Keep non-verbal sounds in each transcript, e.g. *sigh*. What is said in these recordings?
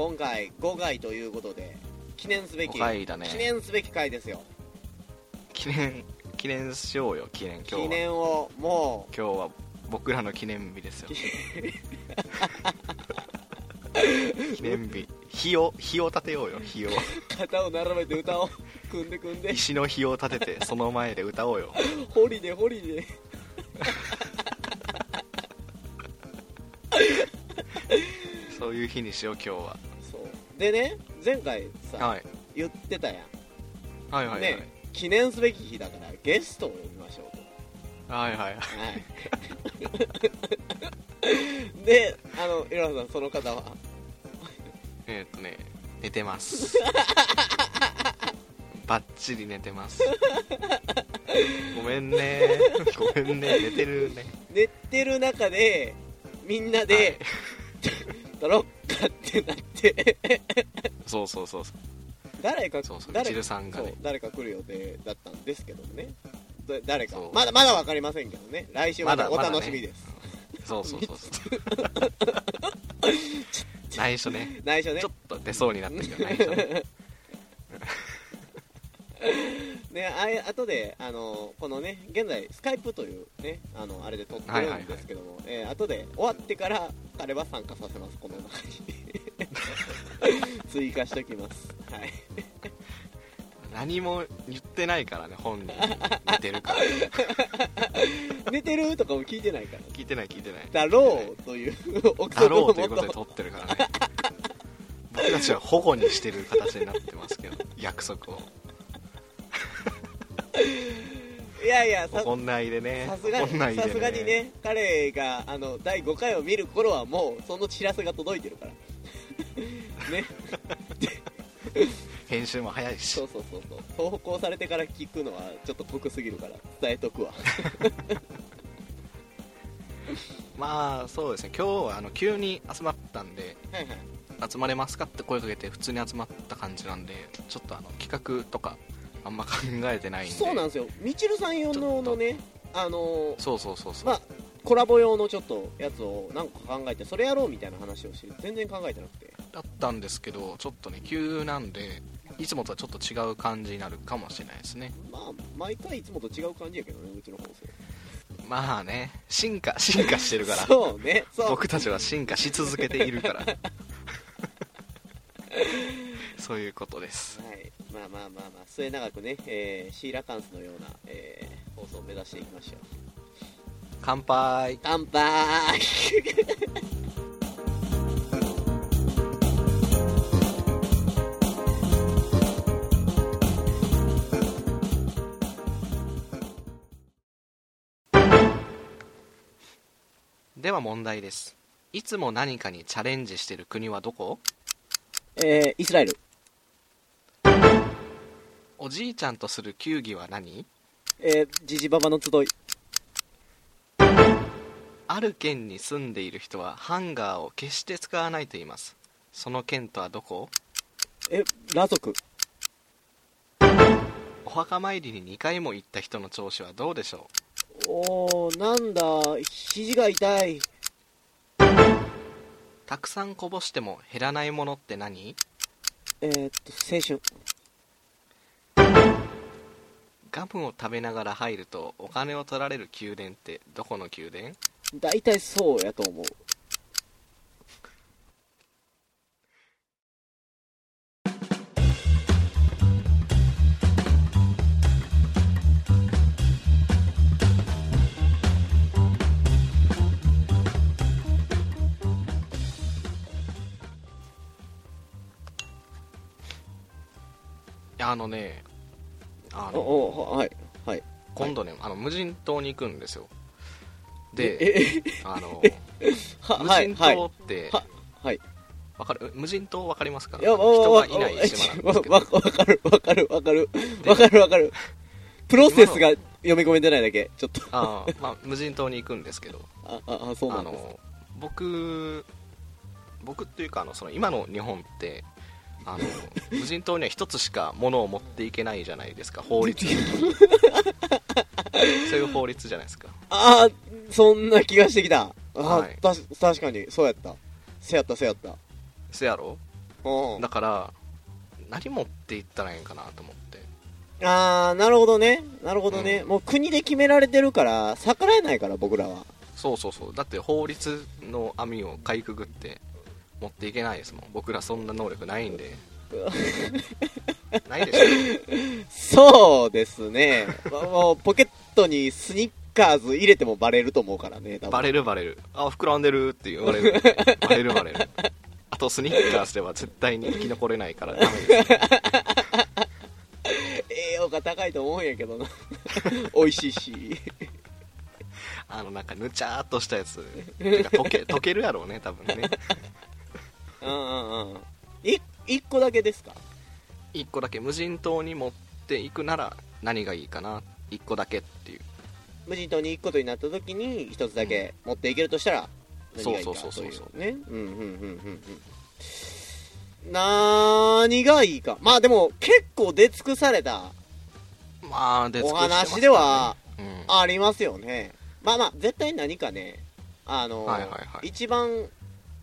5回ということで記念すべき、 5回だね記念すべき回ですよ記念記念しようよ記念今記日は念をも今日は僕らの記念日 *laughs* ですよ記念日火を火を立てようよ火をう肩を並べて歌を組んで組んで石の火を立 *laughs* ててその前で歌おうよホリデホリデそういう日にしよう今日そうでね前回さ、は、はい、言ってたやん、はいはいはい、ね記念すべき日だからゲストを呼びましょうとはいはい *laughs* はいであのいろはさんその方はえーっとね寝てます *laughs* バッチリ寝 *laughs* てますごめんねごめんね寝てるね寝てる中でみんな *laughs* で、撮ろっかってなって *laughs* そうそうそうそう誰かそうそう誰みちるさんがねそう誰か来る予定だったんですけどもねだ誰かそうまだまだ分かりませんけどね来週ままただおまだね楽しみです、そうそうそうそう内緒ね内緒ねちょっと出そうになったけど内緒ねねあい後であのこのね現在スカイプというねあのあれで撮ってるんですけども、えー後で終わってから彼は参加させますこの中に *laughs* 追加しときますはい何も言ってないからね本人に寝てるから寝てるとかも聞いてないから聞いてない聞いてないだろうという *laughs* 憶だ測ろをうということでも撮ってるからね僕たちは保護にしてる形になってますけど約束をといやいやさこんないでねさすがこんないにでさすがにね彼があの第5回を見る頃はもうその知らせが届いてるから *laughs* ね編集も早いしそうそうそうそう投稿されてから聞くのはちょっと酷すぎるから伝えとくわまあそうですね今日はあの急に集まったんではいはい集まれますかって声かけて普通に集まった感じなんでちょっとあの企画とかあんま考えてないんでそうなんですよみちるさん用ののねあのーそうそうそうそう、まあコラボ用のちょっとやつを何個か考えてそれやろうみたいな話をして全然考えてなくてだったんですけどちょっとね急なんでいつもとはちょっと違う感じになるかもしれないですねまあ毎回いつもと違う感じやけどねうちの放送まあね進化進化してるからそうねそう僕たちは進化し続けているから *laughs* そういうことですはい、まあまあまあまあ末永くね、えーシーラカンスのような、えー放送を目指していきましょう乾杯乾杯では問題ですいつも何かにチャレンジしてる国はどこえーイスラエル、おじいちゃんとする球技は何えージジババの集いある県に住んでいる人はハンガーを決して使わないと言いますその県とはどこえラ族お墓参りに2回も行った人の調子はどうでしょおーなんだ肘が痛いうたくさんこぼしても減らないものって何えーっと青春ガムを食べながら入るとお金を取られる宮殿ってどこの宮殿大体そうやと思ういやあのねあおのおはいはい今度ね、あの無人島に行くんですよでええあのは無はい人はい島ってははいわかる無人島わかりますかいやわ人わがいない島なんでわすけわどわかるわかるわかるわかるわかるプロセスが読み込めてないだけちょっとあー、まあ、無人島に行くんですけどあああそうなあんですの僕僕っていうかあのその今の日本って *laughs* あの無人島には一つしか物を持っていけないじゃな *laughs* いですか法律そういう法律じゃないですかああそんな気がしてきたあー、はいたし確かにそうやったせやったせやったそやろうんだから何持っていったらいいんかなと思ってああなるほどねなるほどね、うもう国で決められてるから逆らえないから僕らはそうそうそうだって法律の網をかいくぐって持っていけないですもん僕らそんな能力ないんで *laughs* ないでしそうです *laughs* ねまもうポケットにスニッカーズ入れてもバレると思うからね多分ょバレるバレるあ膨らんでるっ *laughs* て言われるバレるバレるあとスニッカーすれば絶対に生き残れないからダメです栄養が高いと思うんやけどな *laughs* 美味しい *laughs* しあのなんかぬちゃーっとしたやつて *laughs* か溶け溶けるやろうね多分ねうんうんうんい一個だけですか1個だけ無人島に持っていくなら何がいいかな1個だけっていう無人島に行くことになった時に一つだけ持っていけるとしたら何がいいかそとうそうそういうそうねうんうんうんうんうん何がいいかまあでも結構出尽くされたまあでお話ではうん、ありますよねまあまあ絶対何かねあの、はいはいはい一番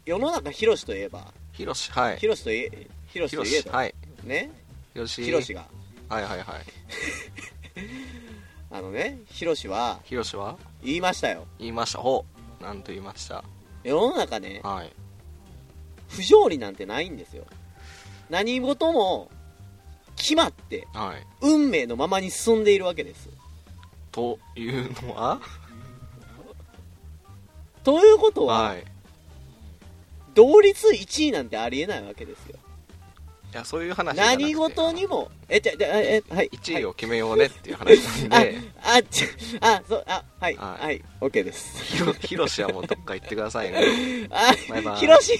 世の中広しといえばヒロシはい広しといえ広しといえば、はいねヒロシ広しがはいはいはいあのね広しはヒロシは言いましたよ言いましたほうなんと言いました世の中ねはい不条理なんてないんですよ何事も決まってはい運命のままに進んでいるわけですというのはということは、はい同率1位なんてありえないわけですよいやそういう話じゃなくて何事にもえじゃじゃええはい1位を決めようねっていう話なはんいでああちあそうあはいははいい、オッケーですヒロヒロシはもうどっか行ってくださいねあバイバイ広し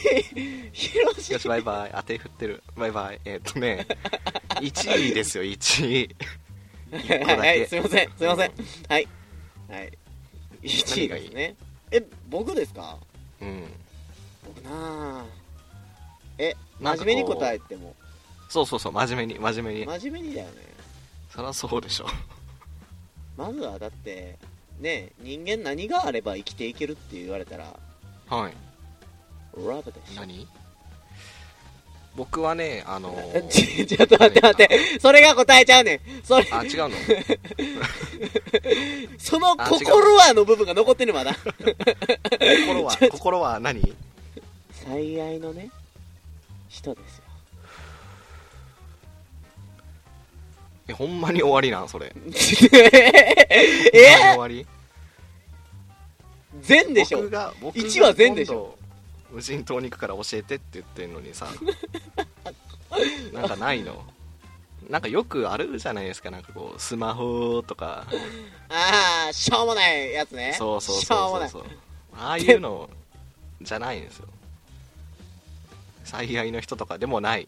広ヒしロシバイバイ当て振ってるバイバイえーっとね1位ですよ1位個だけはいすいませんすいませんはいはい1何位がいいですねえ僕ですかうん僕なあえな真んかこう面目に答えてもそうそうそう真面目に真面目に真面目にだよねそりゃそうでしょまずはだってね人間何があれば生きていけるって言われたらはいラブでしょ何僕はねあのえ *laughs* ちちょっと待って待ってそれが答えちゃうねんそれあ *laughs* 違うのそのあ違う心はの部分が残ってる *laughs* まだ心は心は何最愛のね人ですよえほんまに終わりなんそれ *laughs* ほんまえに終わり全でしょ僕が僕が一は全でしょ今度無人島に行くから教えてって言ってんのにさ *laughs* なんかないのなんかよくあるじゃないですかなんかこうスマホとかああしょうもないやつねそうそうしょうそもうそないうそうああいうのじゃないんですよ最愛の人とかでもない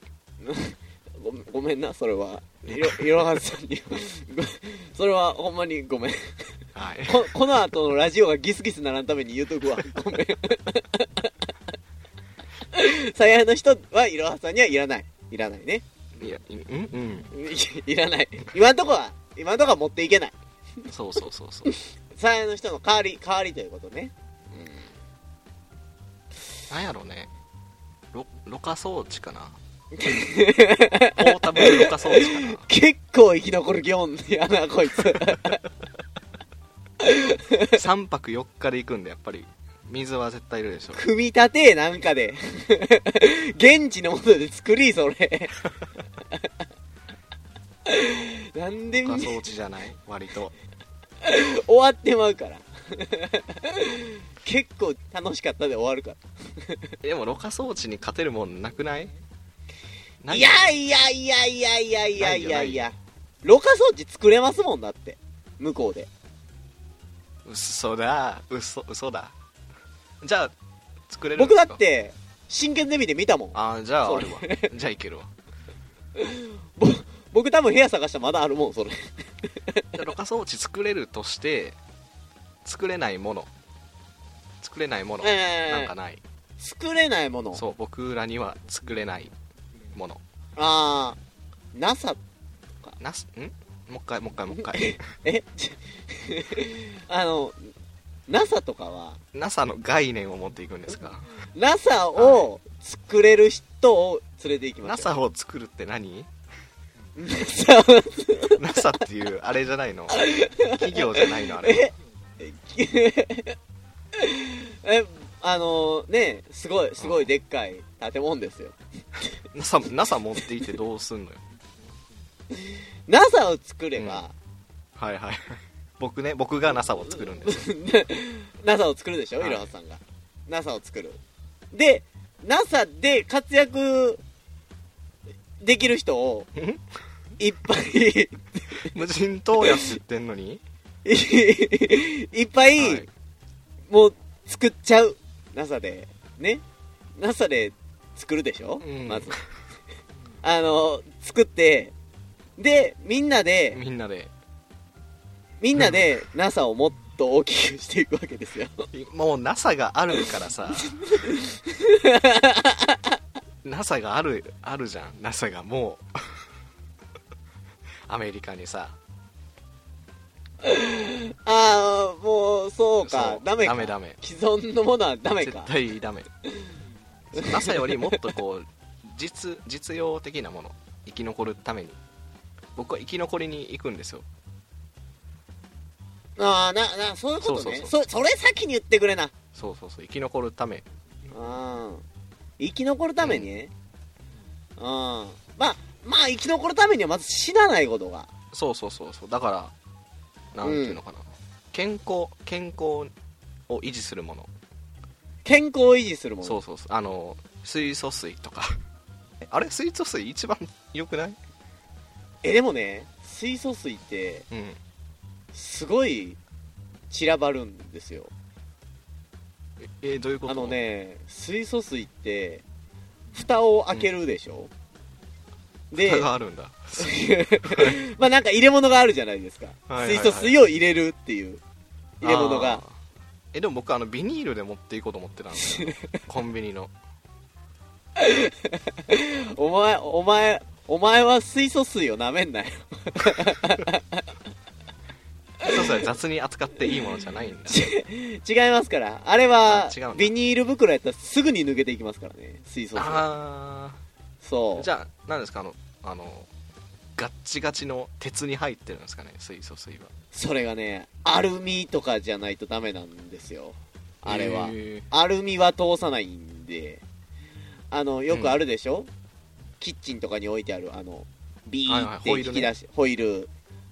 ごめんごめんなそれはいろいろはずさんにごそれはほんまにごめんはいここの後のラジオがギスギスならんために言うとくわごめん最愛の人はいろはさんにはいらないいらないねいやいうんいいらない今んとこは今んとこは持っていけないうんそうそうそうそう最愛の人の代わり代わりということねなんやろうねろろ過装置 *laughs* かなポータブルろ過装置かな結構生き残る気おんやなこいつ *laughs* 3泊4日で行くんでやっぱり水は絶対いるでしょ組み立てなんかで現地のもので作りそれなんでろみん過な装置じゃない割 *laughs* と終わってまうから *laughs* 結構楽しかったで終わるかでもろ過装置に勝てるもんなくないならいいやいやいやいやいやいやいやいなやろ過装置作れますもんだって向こうで嘘だ嘘嘘だじゃあ作れるんで僕すかだって真剣ゼミで見たもんあじゃあそあうるわじゃあいけるわぼ僕多分部屋探したらまだあるもんそれじゃあろ過装置作れるとして作れないもの作れないもの、 *laughs* ええなんかない作れないものそう僕らには作れないものああ NASA なすんもう一回もう一回もう一 *laughs* 回え *laughs* あの NASA とかは NASA の概念を持っていくんですか NASA を作れる人を連れて行きましょ NASA を作るって何う *laughs* NASA を NASA っていうあれじゃないの企業じゃないのあれええあのねすごいすごいでっかい建物ですよ NASA, NASA 持っていってどうすんのよ NASA を作れば、はいはい僕ね僕が NASA を作るんです NASA を作るでしょ、はいいろはさんが NASA を作るで NASA で活躍できる人をんいっぱい *laughs* *laughs* 無人島やって言ってんのに、いっぱい、はいもう作っちゃう NASA でね NASA で作るでしょ、うんまずあの作ってでみんなでみんなでみんなで NASA をもっと大きくしていくわけですよもう NASA があるからさ NASA があるあるじゃん NASA がもう *laughs* アメリカにさ *laughs* ああもうそうかそうダメかダメダメ既存のものはダメか絶対ダメ NASA よりもっとこう実実用的なもの生き残るために僕は生き残りに行くんですよああななそういうことねそうそそれ先に言ってくれなそうそうそう生き残るためうん生き残るためにねうんまあまあ生き残るためにはまず死なないことがそうそうそうそうだからなんていうのかな、健康健康を維持するもの健康を維持するものそうそうそうあの水素水とかえあれ水素水一番良くないえでもね水素水ってうんすごい散らばるんですよええどういうことあのね水素水って蓋を開けるでしょ、で蓋があるんだ *laughs* まあなんか入れ物があるじゃないですか、はいはいはい水素水を入れるっていう入れ物あがーえでも僕あのビニールで持っていこうと思ってたんだ *laughs* よコンビニのお前お前お前は水素水をなめんなよ *laughs* そうそう雑に扱っていいものじゃない *laughs* んだ違いますからあれはあ違うんだビニール袋やったらすぐに抜けていきますからね水素水あそあうじゃあ何ですかあのあのガッチガチの鉄に入ってるんですかね水素水はそれがねアルミとかじゃないとダメなんですよあれはへーアルミは通さないんであのよくあるでしょ、キッチンとかに置いてあるあのビはいはーいってホイール引ねき出し、ホイール,、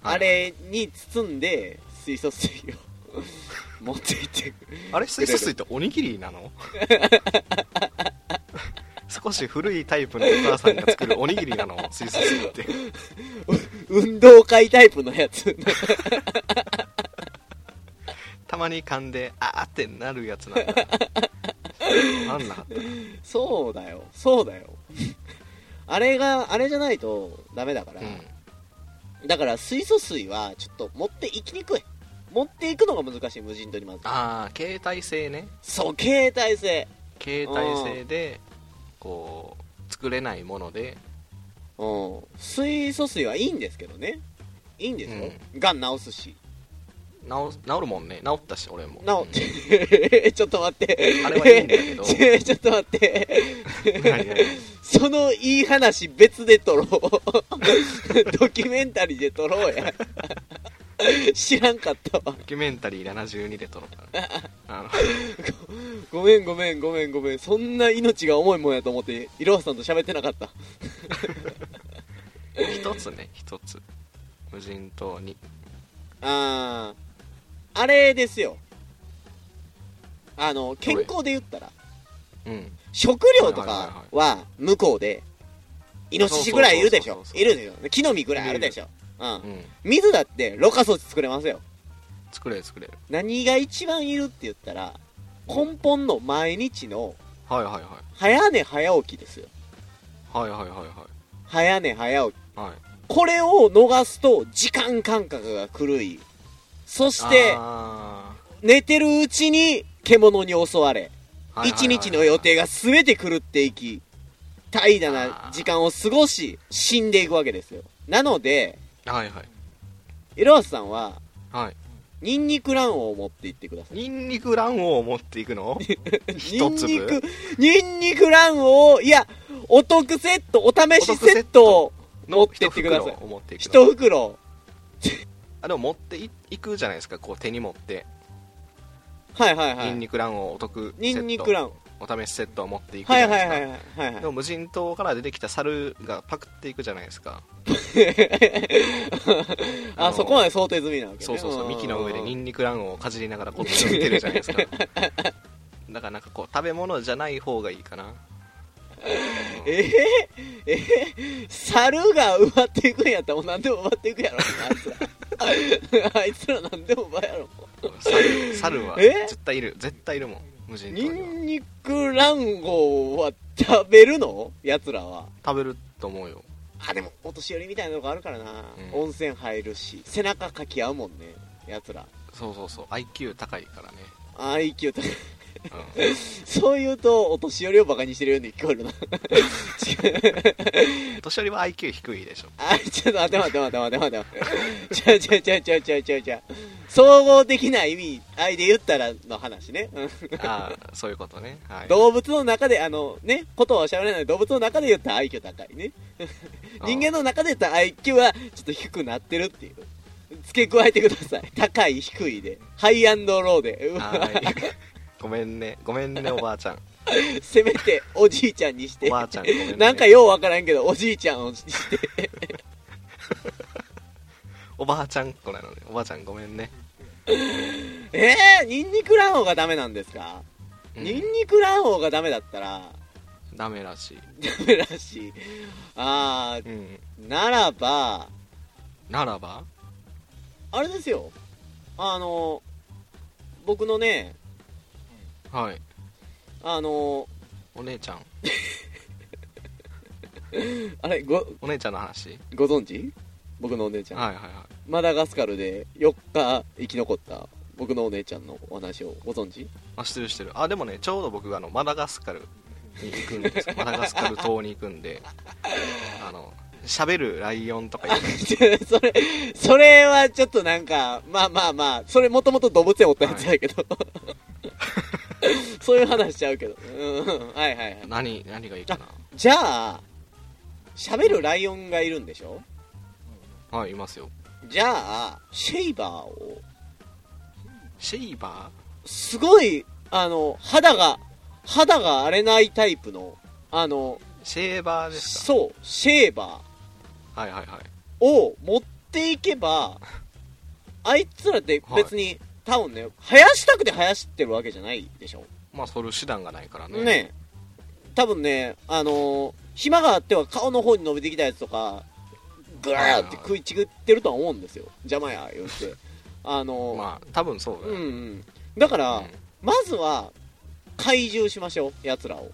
はいあれに包んで水素水を *laughs* 持っていってあれ水素水っておにぎり *laughs* なの少し古いタイプのお母さんが作るおにぎりなの水素水って運動会タイプのや *laughs* つたまに噛んであーってなるやつなんだあんなかったそうだよそうだよあれがあれじゃないとダメだから、うんだから水素水はちょっと持っていきにくい持っていくのが難しい無人島にまずああ携帯性ねそう携帯性携帯性でこう作れないものでうん水素水はいいんですけどねいいんですよ、がん治すし治す治るもんね治ったし俺も治って *laughs* ちょっと待ってあれはいいんだけど違う *laughs* ちょっと待ってうん何々そのいい話別で撮ろう *laughs* ドキュメンタリーで撮ろうや *laughs* 知らんかったわドキュメンタリー72で撮ろうか *laughs* なあのごめんごめんごめんごめんそんな命が重いもんやと思っていろはさんと喋ってなかった一つね一つ無人島にあーあれですよあの健康で言ったらうん食料とかは向こうでイノシシぐらいいるでしそょうそうそうそういるでしょ木の実ぐらいあるでしょ、うんう、ん水だってろ過装置作れますよ作れる作れる何が一番いるって言ったら根本の毎日のはいはいはい早寝早起きですよはいはいはいは早寝早起きいはいこれを逃すと時間感覚が狂いそしてあ寝てるうちに獣に襲われーはいはいはい一日の予定が全て狂っていき怠惰な時間を過ごし死んでいくわけですよなのではいはいいろはさんははいニンニク卵黄を持って行ってくださいニンニク卵黄を持ってい *laughs* くの一粒ニンニクニンニク卵黄をいやお得セットお試しセットを持のって一ってくだ袋さいを持っていく一の袋あでも持っていいくじゃないですかこう手に持って、はいはいはニンいニク卵黄お得ニンニク卵セットお試しセットを持っていくじはいゃはないいはいですはいはいかはいでも無人島から出てきた猿がパクっていくじゃないですかああのそこまで想定済みなわけねそうそうそう幹の上でニニンニク卵黄をかじりながらこっちを見てるじゃないです *laughs* かだからなんかこう食べ物じゃない方がいいか *laughs* なえー、えー、猿が奪っていくんやったらもう何でも奪っていくやろあいつ *laughs* らあいつら何でも奪うやろ猿猿はえ絶対いる絶対いるもん無人ニ島にはンニク卵黄は食べるのやつらは食べると思うよあでもお年寄りみたいなとこあるからな、うん温泉入るし背中かき合うもんねやつらそうそうそう IQ 高いからね、 IQ とうん *laughs* そう言うとお年寄りをバカにしてるように聞こえるな *laughs* 年寄りは IQ 低いで *laughs* しょあちょっと待って待って待って待って待ってちょちょちょちょちょちょちょ総合的な意味合いで言ったらの話ね、うんああそういうことねはい動物の中であのねことはしゃべれない動物の中で言ったら IQ 高いねうん人間の中で言ったら IQ はちょっと低くなってるっていう付け加えてください高い低いでハイアンドローでうわはいごめんねごめんねおばあち *laughs* ゃんせめておじいちゃんにしおてばあちゃんごめんねなんかようわからんけどおじいちゃんをして *laughs* おばあちゃんこなのでおばあちゃんごめんね、えー、ニンニク卵黄がダメなんですか、うんニンニク卵黄がダメだったらダメらしい、ダメらしいあうん、ーならばならばあれですよあの僕のねはいあのお姉ちゃんあれごお姉ちゃんの話ご存知僕のお姉ちゃん、はいはいはマダガスカルで4日生き残った僕のお姉ちゃんのお話をご存 *laughs* 知いあしてるしてるあでもねちょうど僕があのマダガスカルに行くんです *laughs* マダガスカル島に行くんであの喋るライオンとかいるそれ、それはちょっとなんか、まあまあまあ、それもともと動物園おったやつやけど。そういう話しちゃうけど。うん、はいはいはい。何何がいいかじゃあ、喋るライオンがいるんでしょなはいいますよじゃあ、シェイバーを、シェイバすごい、あの、肌が、肌が荒れないタイプの、あの、ーシェーバーですそう、シェーバかはいはいはいーを持っていけば、あいつらって別に、多分ね、生やしたくて生やしてるわけじゃないでしょまあそれ手段がないからねね多分ねあのー暇があっては顔の方に伸びてきたやつとかグーって食いちぐってるとは思うんですよ邪魔や言 *laughs* ってあのーまあ多分そうだうんよ、うんだから、うんまずは怪獣しましょうやつらを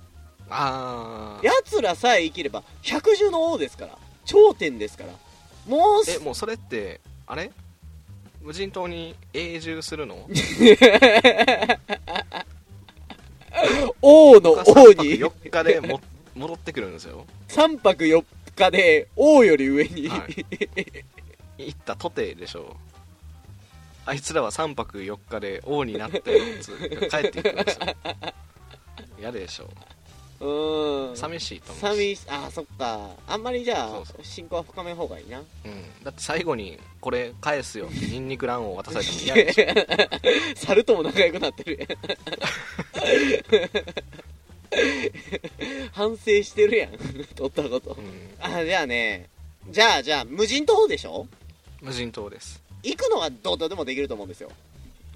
ああやつらさえ生きれば百獣の王ですから頂点ですからもうえすもうそれってあれ無人島に永住するの王の王に4日でも戻ってくるんですよ3泊4日で王より上に、は行ったとてでしょうあいつらは3泊4日で王になったやつが帰ってくるんですよ嫌でしょうーん寂しいと思うし寂しあーそっかあんまりじゃあそうそう進行は深めん方がいいなうん、だって最後にこれ返すよニンニク卵を渡されても嫌でしょ猿とも仲良くなって *laughs* るやん反省してるやん撮ったこと *laughs* うんあじゃあねじゃあじゃあ無人島でしょ無人島です行くのはどうとでもできると思うんですよ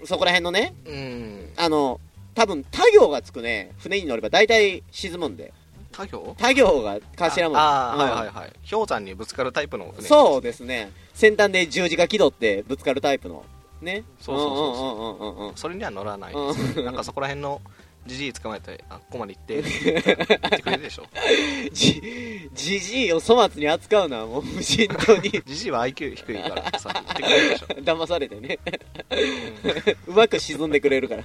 そこら辺のねうんあの多分他行がつくね船に乗れば大体沈むんで他行他行が頭文字ああー、うんはいはいはい氷山にぶつかるタイプの船そうですね先端で十字架軌道ってぶつかるタイプのねそうそうそうそうんうんうんうんうんそれには乗らないです、なんかそこら辺のじじい捕まえてあここまで *laughs* 行って行ってくれるでしょじじじいを粗末に扱うのはもう無人島に *laughs* じじいは IQ 低いからさ行ってくれるでしょ騙されてねうまく沈んでくれるから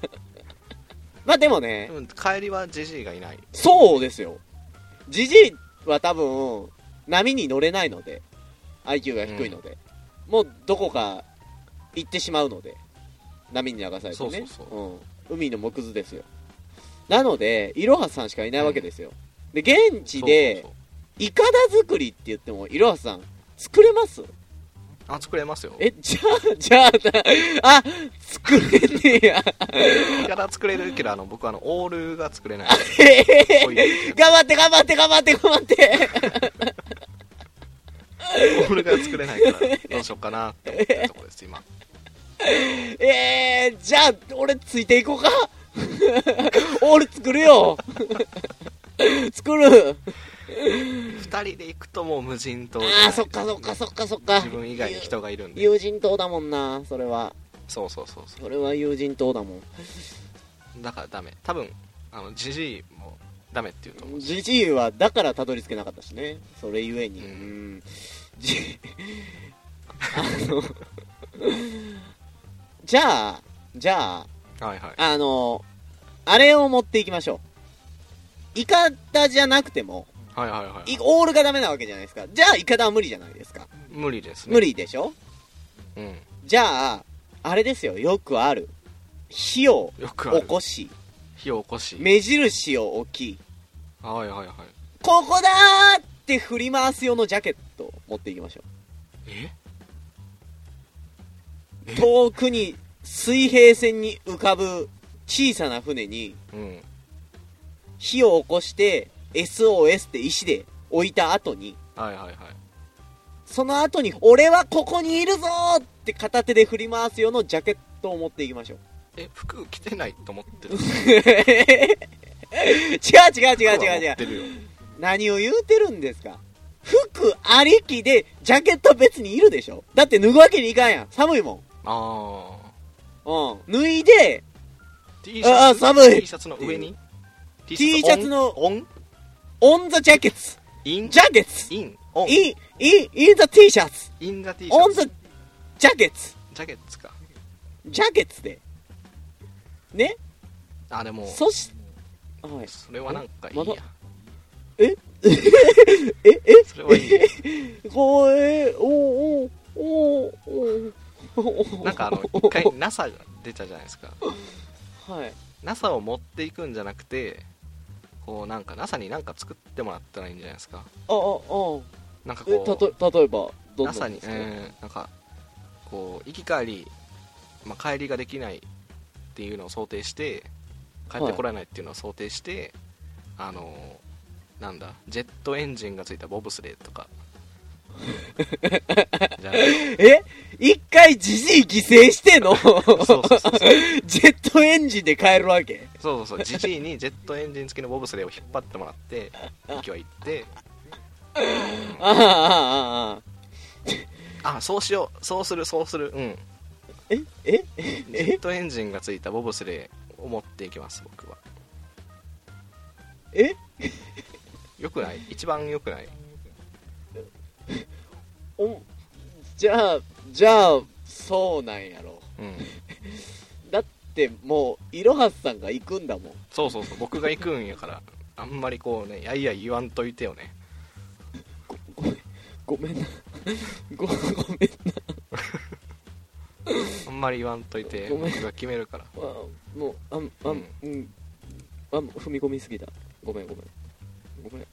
まあでもねうん帰りはジジイがいないそうですよじじいは多分波に乗れないので IQ が低いので、もうどこか行ってしまうので波に流されてねそうそううん、海の木図ですよなのでいろはさんしかいないわけですよ、で現地でそうそういかだ作りって言ってもいろはさん作れますそうあ作れますよえじゃあじゃああ作れねえ *laughs* やいから作れるけどあの僕はあのオールが作 *laughs* れないこういう頑張って頑張って頑張って頑張ってオールが作れないからどうしようかなって思ってるとこです今えー、じゃあ俺ついていこうか *laughs* 俺作るよ *laughs* 作る2人で行くともう無人島ああそっかそっかそっかそっか自分以外に人がいるんで友人島だもんなそれはそうそうそうそそれは友人島だもんうだからダメ多分あのジジイもダメって言うと思うじじいはだからたどり着けなかったしねそれゆえにううんんじあの *laughs* じゃあじゃあはいはいあのあれを持っていきましょうイカダじゃなくてもはいはいはいいオールがダメなわけじゃないですかじゃあイカダは無理じゃないですか無理ですね無理でしょうんじゃああれですよよくある火をよくあ起るこし火を起こし目印を置きはいはいはいここだーって振り回す用のジャケットを持っていきましょえう遠くに水平線に浮かぶ小さな船にうん火を起こして SOS って石で置いた後にはいはいはいその後に俺はここにいるぞーって片手で振り回す用のジャケットを持っていきましょうえ服着てないと思ってる違う違う *laughs* 違う違う違う服は持ってるよ何を言うてるんですか服ありきでジャケット別にいるでしょだって脱ぐわけにいかんやん寒いもんああうん、脱いで T あー寒い T シャツの上に T T シャツのオンオンザジャケットインジャケットインオンインインインザ T シャツインザ T シオャンザツジャケットジャケットかジャケットでねあでもそしはいそれはなんかいいまだや *laughs* ええそれはいい *laughs* やこうえーおーおーおーおーなんかあの一回 NASA が出たじゃないですかはい NASA を持っていくんじゃなくてこうなんか NASA になんか作ってもらったらいいんじゃないですかああなんああかえたこと例えばうどんな NASA んにですかえーなんかこう行き帰り、まあ、帰りができないっていうのを想定して帰ってこられないっていうのを想定して、あのーなんだジェットエンジンがついたボブスレー *laughs* とかじゃあえ一回じじい犠牲しての *laughs* そうそうそうそうジェットエンジンで帰るわけそうそうそうジジイにジェットエンジン付きのボブスレーを引っ張ってもらって今日は行ってあああああああそうしようそうするそうするうんええジェットエンジンがついたボブスレーを持っていきます僕はえよくない一番よくないおじゃあじゃあそうなんやろうんだってもういろはさんが行くんだもんそうそうそう僕が行くんやからあんまりこうねやいやい言わんといてよねごめんな *laughs* ごごめんなあんまり言わんといてごめん僕が決めるからあもうあんあん、うん、あもう踏み込みすぎたごめんごめんごめん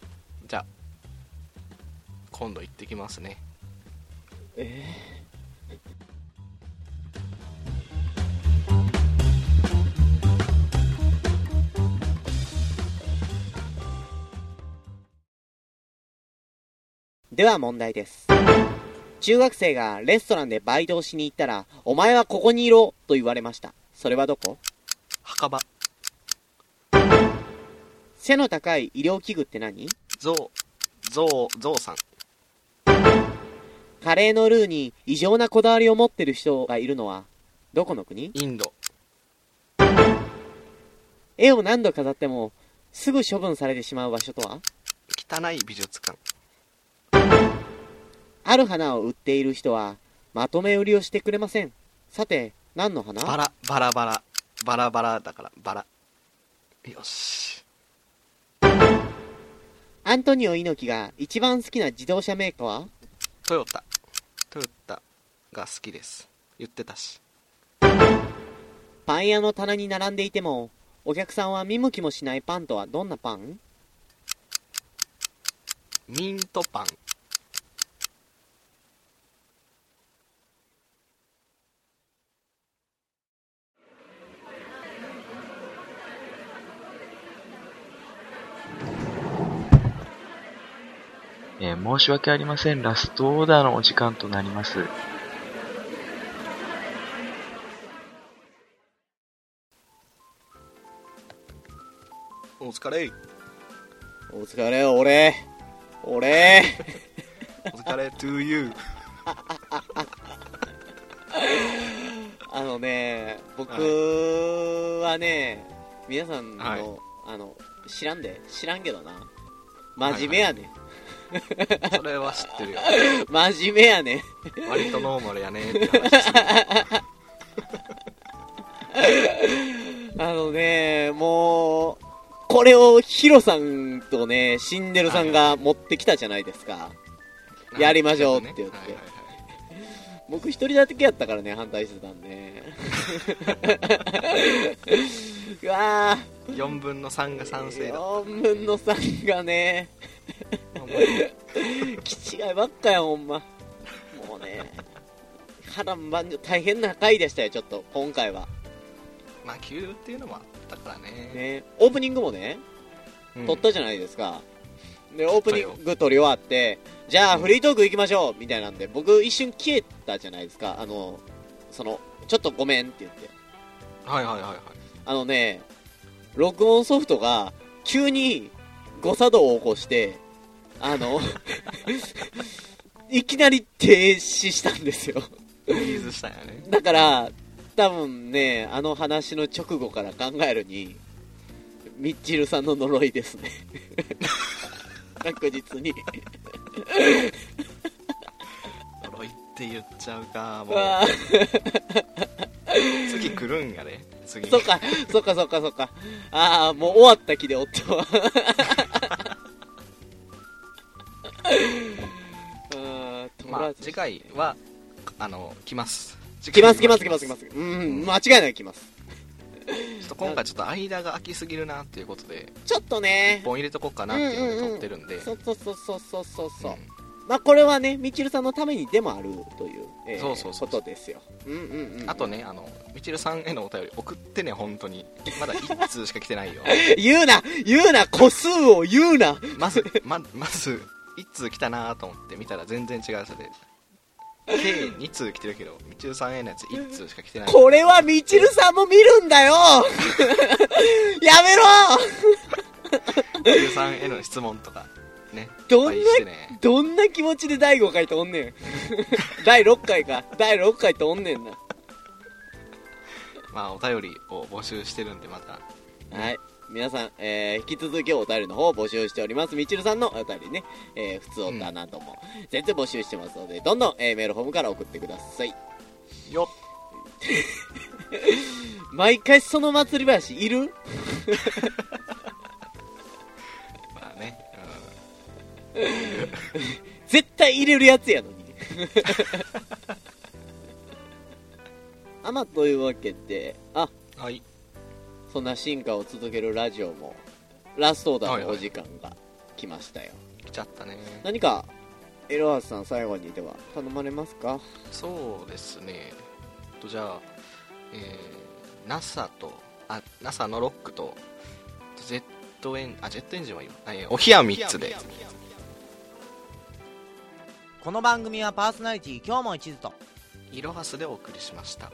じゃあ今度行ってきますねえー、では問題です中学生がレストランでバイトをしに行ったら「お前はここにいろ」と言われましたそれはどこ墓場背の高い医療器具って何ゾウゾウゾウさんカレーのルーに異常なこだわりを持ってる人がいるのはどこの国インド絵を何度飾ってもすぐ処分されてしまう場所とは汚い美術館ある花を売っている人はまとめ売りをしてくれませんさて何の花バラバラバラバラバラだからバラよしアントニオ猪木が一番好きな自動車メーカーはトヨタトヨタが好きです言ってたしパン屋の棚に並んでいてもお客さんは見向きもしないパンとはどんなパンミントパンえー申し訳ありません。ラストオーダーのお時間となります。お疲れお疲れ俺俺お疲れ to you あのね僕はね、皆さんの,、はいあの知らんで知らんけどな真面目やね、それは知ってるよ真面目やね割とノーマルやねって話するあのね、もう、これをヒロさんとね、シンデルさんが持ってきたじゃないですか。 *laughs* やりましょうって言ってはいはいはい僕一人だけやったからね、反対してたん *laughs* で。うわぁ、 4分の3が賛成だ4分の3がね、気違いばっかや、ほんま。もうね、 *laughs* 波乱万丈、大変な回でしたよ、ちょっと、今回は。まあ急っていうのもあったからねね、オープニングもね、うん撮ったじゃないですか、でオープニ撮っング撮り終わってじゃあうんフリートーク行きましょうみたいなんで僕一瞬消えたじゃないですかあのそのちょっとごめんって言ってはいはいはいはいあのね録音ソフトが急に誤作動を起こしてあ *laughs* のいきなり停止したんですよフリーズしたんやねだから多分ねあの話の直後から考えるにミッチルさんの呪いですね *laughs* 確実に呪いって言っちゃうかもあう次来るんやね次ーそっかそっかそっかそっかああもう終わった気で夫は *laughs* あーまあ次回はあの来ます来ます来ます来ます来ますすうん間違いない来ますちょっと今回ちょっと間が空きすぎるなっていうことでちょっとね一本入れとこうかなっていうので撮ってるんでそうそうそうそうそうそうそう、んまあこれはねみちるさんのためにでもあるという,、えーそうそうそうことですようんうんうんあとねあのみちるさんへのお便り送ってね本当にまだ1通しか来てないよ *laughs* 言うな言うな個数を言うなまずままず1通来たなと思って見たら全然違うやつで計2通来てるけどみちるさんへのやつ1通しか来てないこれはみちるさんも見るんだよ *laughs* やめろみちるさんへの質問とかねどんいなっぱいしてねどんな気持ちで第5回とおんね *laughs* ん第6回か第6回とおんねんなまあお便りを募集してるんでまたはい皆さん、えー引き続きお便りの方を募集しております。みちるさんのお便りね、えー、普通おたなども、全然募集してますので、どんどん、えーメールフォームから送ってください。よ毎回その祭り林いるっまあね、絶対入れるやつ *laughs* やのにあまあというわけであうん、はいそんな進化を続けるラジオもラストオーダーのお時間が来ましたよ、来ちゃったね何かエロハスさん最後にでは頼まれますかそうですねえっとじゃあ、えー、NASA とあ NASA のロックとジェットエンあジェットエンジンは今あいやお冷や3つでこの番組はパーソナリティ今日も一途といろはすでお送りしました